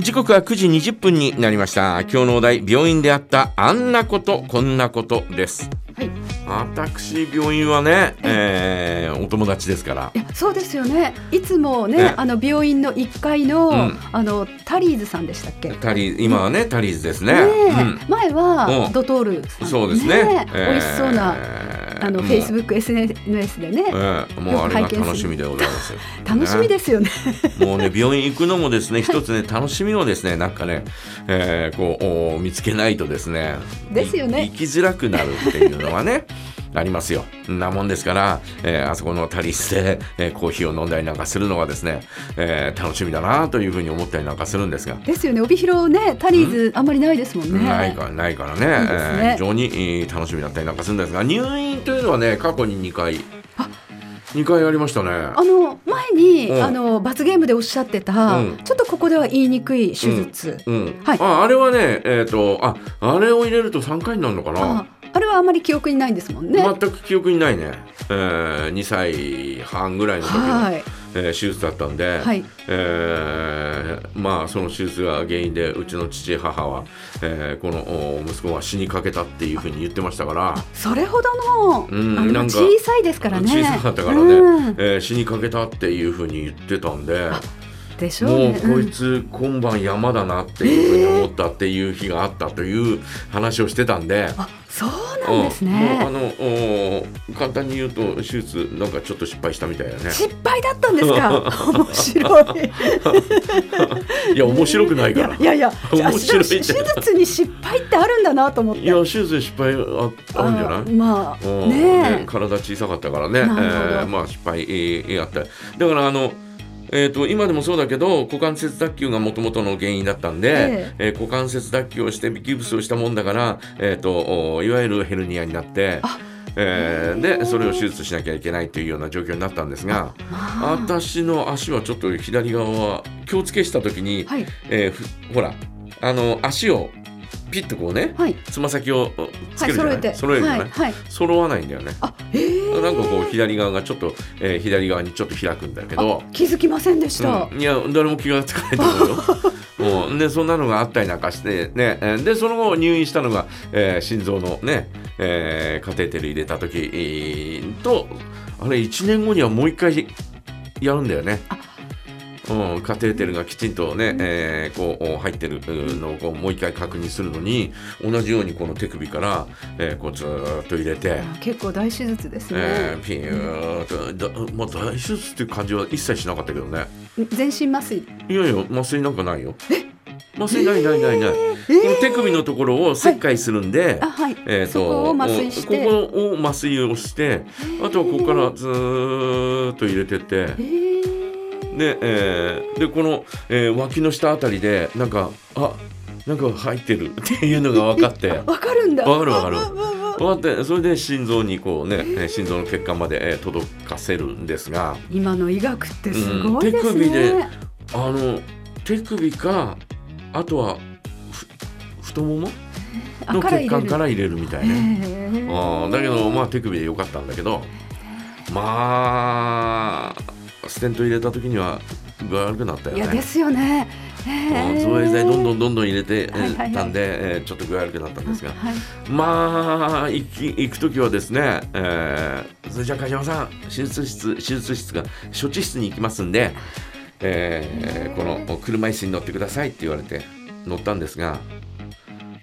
時刻は9時20分になりました今日のお題病院であったあんなことこんなことですはい。い私病院はね、えーお友達ですからやそうですよね。いつもねねあの病院の一階の、うんあのタリーズさんでしたっけ。ねタリー今はねタリーズですねえ、うん前うはんドトールさん、そうですねねええー美味しそうな。あのもうフェイスブック SNS でね、ええもうあれがよく拝見する楽しみでございますよ楽しみですよね。もうね、病院行くのもですね、 一つね、楽しみをですね、なんかね、えーこう、お見つけないとですね、ですよねい行きづらくなるっていうのはね、 ありますよ。んなもんですから、えーあそこのタリスで、えーコーヒーを飲んだりなんかするのがですね、えー楽しみだなというふうに思ったりなんかするんですが、ですよね。帯広ねタリーズあんまりないですもんね。ないから、ないからね、いいですねえー非常にえー楽しみだったりなんかするんですが、入院というのはね、過去に2回、2回ありましたね。あの前に、うんあの罰ゲームでおっしゃってた、うんちょっとここでは言いにくい手術、うんはいああれはね、えっとああれを入れると3回になるのかあな、あれはあまり記憶にないんですもんね。全く記憶にないね、えー、2歳半ぐらいの時の、はいえー手術だったんで、はいえーまあ、その手術が原因でうちの父母は、えーこのお息子は死にかけたっていうふうに言ってましたから。それほどの,、うんあなのんか小さいですからね。小さかったからね、うんえー死にかけたっていうふうに言ってたんででしょうもうね。こういんつ今晩山だなっていうふうに思ったっていう日があったという話をしてたんで、あそうなんですもうあね。のお簡単に言うと手術なんかちょっと失敗したみたいだね。失敗だったんで すか。面白い。いや面白くないいかやら。いやいや。面白い手術に失敗ってあるんだなと思って。いや手術失敗ああるんじゃない？まうあんねねえ。体小さかったからね、えなるほどーまあ失敗、えー、あっただからあの、えー、と今でもそうだけど股関節脱臼がもともとの原因だったんで、えー股関節脱臼をしてギブスをしたもんだから、えー、とおいわゆるヘルニアになってあ、えーへーでそれを手術しなきゃいけないというような状況になったんですが。まあ私の足はちょっと左側は気をつけした時に、はいえーふほらあの足をピッとこうねはいつま先をつはけいるじゃない、揃えて揃えるじゃない、はいはい。揃わないんだよねあええ。なんかこう左側がちょっと、えー左側にちょっと開くんだけどあ気づきませんでした。うんいや誰も気がつかないと思 うよもうでそんなのがあったりなんかしてねえーでその後入院したのが、えー心臓のね、えーカテーテル入れた時えーとあれ1年後にはもう一回やるんだよねあ。うん、カテーテルがきちんとね、えーこう入ってるうんのをこうもう一回確認するのに同じようにこの手首から、えーこうずーっと入れて、結構大手術ですえねー、。ピューっとだ、まあ、大手術っていう感じは一切しなかったけどね全身麻酔。いやいや麻酔なんかないよ麻酔ないないないない、えこのえ。手首のところを切開するんで、あはい。えーとそこを麻酔してここを麻酔をしてあとはここからずーっと入れてってええ。で,、えーでこの、えー脇の下あたりでなんかあなんか入ってる っていうのが分か って。わかるんだ。わかるわかるうわうわうわ終わってそれで心臓にこうね、えー心臓の血管まで、えー届かせるんですが今の医学ってすごいですうね。。ん手首であの手首かあとはふ太ももの血管からら入れるみたいね。へえあーだけどまあ手首でよかったんだけどまあステント入れた時には具合悪くなったよいね。やですよね。もうへえ造影剤どんどんどんどん入れてえはいはいはいーたんで、えーちょっと具合悪くなったんですがはいまあ行き行く時はですね、えーそれじゃあ梶山さん手術室手術室が処置室に行きますんで、えーこの車椅子に乗ってくださいって言われて乗ったんですが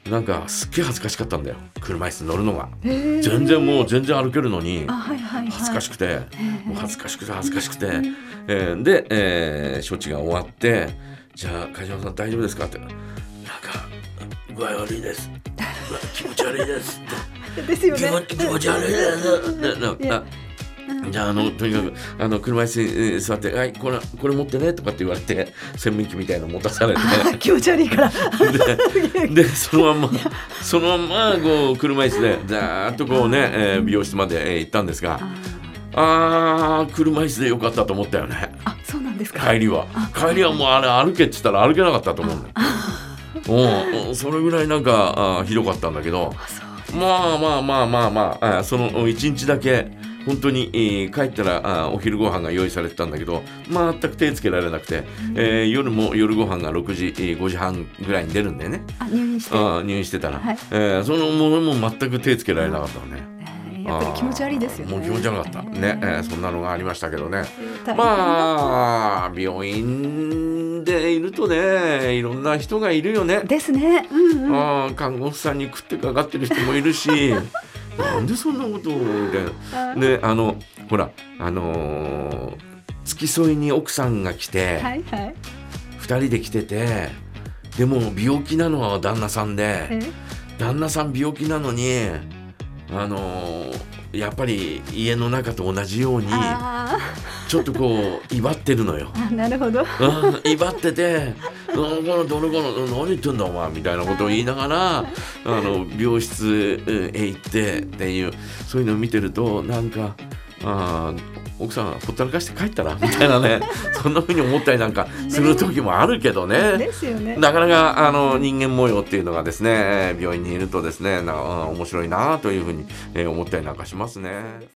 なんかすっげえ恥ずかしかったんだよ車椅子に乗るのが。へえ全然もう全然歩けるのにあはいはいはい。恥ずかしくてーもう恥ずかしくて恥ずかしくて、えーで、えー処置が終わってじゃあ梶山さん大丈夫ですかってなんか具合悪いですうわ気持ち悪いですってですよ気持ね。ち気持ち悪いですでなんかあじゃああのとにかくあの車椅子にえー座って「はいこれこれ持ってね」とかって言われて洗面器みたいの持たされてあ気持ち悪いから。でそのまんまそのまんまこう車椅子でざーっとこうね、えー美容室までえー行ったんですがああー車椅子でよかったと思ったよねあそうなんですか。帰りは帰りはもうあれ歩けって言ったら歩けなかったと思うんだようんそれぐらいなんかあーひどかったんだけどそうまあまあまあまあまああーその1日だけ本当に、えー帰ったらあーお昼ご飯が用意されてたんだけど全く手つけられなくて、えー夜も夜ご飯が6時、えー5時半ぐらいに出るんだよねあ入院して、あー入院してたら、はいえーそのものも全く手つけられなかったのね。えーやっぱり気持ち悪いですよねあーもう気持ち悪かった。ね、えーそんなのがありましたけどね。大変まあ、病院でいるとね、いろんな人がいるよね。ですねうんうんあー看護婦さんに食ってかかってる人もいる し。なんでそんなことをみたいな。ね、あの、ほら、あのー付き添いに奥さんが来て、はいはい二人で来てて。でも病気なのは旦那さんで。えー旦那さん病気なのにあのーやっぱり家の中と同じようにあちょっとこう威張ってるのよー。あなるほどうん威張ってて「うんこのどのこの何言ってんだお前」みたいなことを言いながらあの病室へ行ってっていうそういうのを見てるとなんかあー奥さんほったらかして帰ったらみたいなねそんな風に思ったりなんかする時もあるけどね。ですよねなかなかあの人間模様っていうのがですね、えー病院にいるとですね、な面白いなというふうにえー思ったりなんかしますね。